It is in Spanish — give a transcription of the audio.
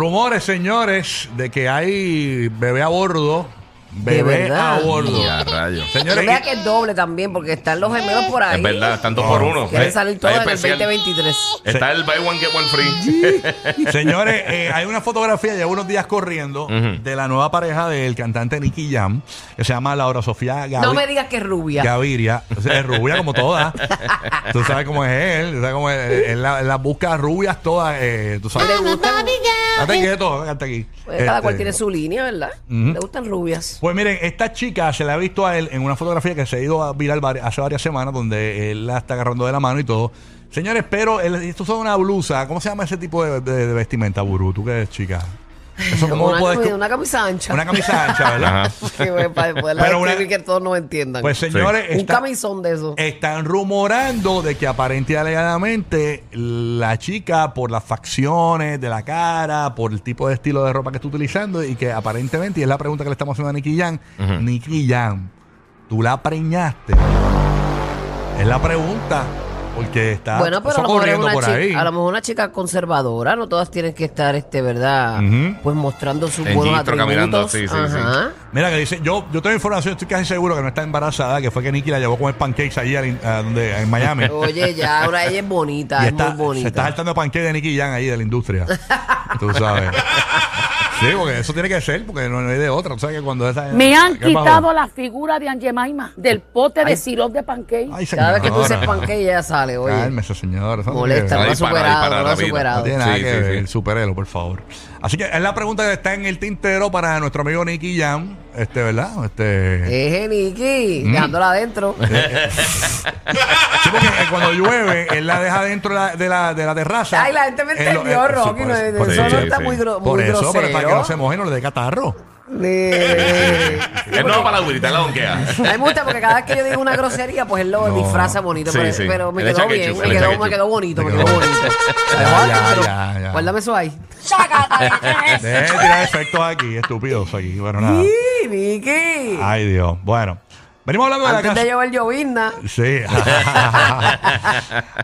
Rumores, señores, de que hay bebé a bordo. ¿De Bebé verdad? a bordo. Ya, rayo. Pero Señores, vea que es doble también, porque están los gemelos por ahí. Es verdad, tanto por uno. Quieren Eh, salir está todos en el especial. 2023. Está el buy one get one free. Señores, eh, hay una fotografía, llevo unos días corriendo, Ujú. de la nueva pareja del cantante Nicky Jam, que se llama Laura Sofía Gavi- No me digas que es rubia. Gaviria. O sea, es rubia como todas. tú sabes cómo es él, tú sabes cómo es, eh, él la- él las busca rubias todas. eh, tú sabes. ¿Le gustan? Date quieto, date aquí. Pues cada cual Este, tiene su línea, ¿verdad? Le gustan rubias. Pues miren, esta chica se la ha visto a él en una fotografía que se ha ido a viral vari- hace varias semanas, donde él la está agarrando de la mano y todo. Señores, pero él- esto es una blusa. ¿Cómo se llama ese tipo de, de- de vestimenta, Buru? ¿Tú qué es, chica? Eso Como una, puedes- camisa, una camisa ancha. una camisa ancha, ¿verdad? Ajá. Que me- para poderla Pero una- describir que todos nos entiendan. Pues señores, Un está- camisón de eso. están rumorando de que aparente y alegadamente la chica, por las facciones de la cara, por el tipo de estilo de ropa que está utilizando, y que aparentemente, y es la pregunta que le estamos haciendo a Nicky Jam, Nicky Jam, ¿tú la preñaste? Es la pregunta, porque está bueno, pero a lo, mejor es socorriendo una por chica, ahí. a lo mejor una chica conservadora, no todas tienen que estar, este, ¿verdad? Ujú. Pues mostrando sus En buenos gistro, atributos. caminando, sí, sí, sí. Ajá. Mira, que dice, yo, yo tengo información, estoy casi seguro que no está embarazada, que fue que Nicky la llevó a comer pancakes allí al in- a donde, en Miami. Oye, ya, ahora ella es bonita, Y es está- muy bonita. Se está saltando panqueque de Nicky Jan ahí de la industria. tú sabes. Sí, porque eso tiene que ser, porque no, no hay de otra. Tú sabes que cuando esa. Me han ¿Qué pasó? quitado la figura de Aunt Jemima del pote de sirope de pancake. Ay, Cada vez que tú dices señora. panqueque, ella sale, oye. Cálmese, señora. Eso no Molesta, tiene no que lo ver. ha Ahí para, ahí superado, para, no lo ha David. No superado. tiene nada Sí, que sí, ver. sí. Superelo, por favor. Así que es la pregunta que está en el tintero para nuestro amigo Nicky Jam. Este, ¿verdad? Este. Eje, Niki, Mm. dejándola adentro. Sí, porque eh, cuando llueve, él la deja dentro de la, de la, de la terraza. Ay, la gente me En lo- entendió, eh, sí, Rocky. por no, eso, por eso eso. no está sí. muy, gro- muy Por eso, grosero. pero para que no se moje, no le dé catarro. Eh, Es nuevo para la güerita, es la donquea. A mí me gusta porque cada vez que yo digo una grosería, pues él lo No. disfraza bonito. Sí, pero, sí. pero me Él quedó echa bien, ketchup, me él echa quedó, me ketchup. quedó bonito, me Me quedó quedó- bonito. Ya, ya, Pero ya, ya. Guárdame eso ahí. Deje de tirar efectos aquí, estúpidos aquí. Bueno, nada. Sí, Niki. Ay, Dios. Bueno, venimos hablando de la Antes casa. de llover llovizna. Sí.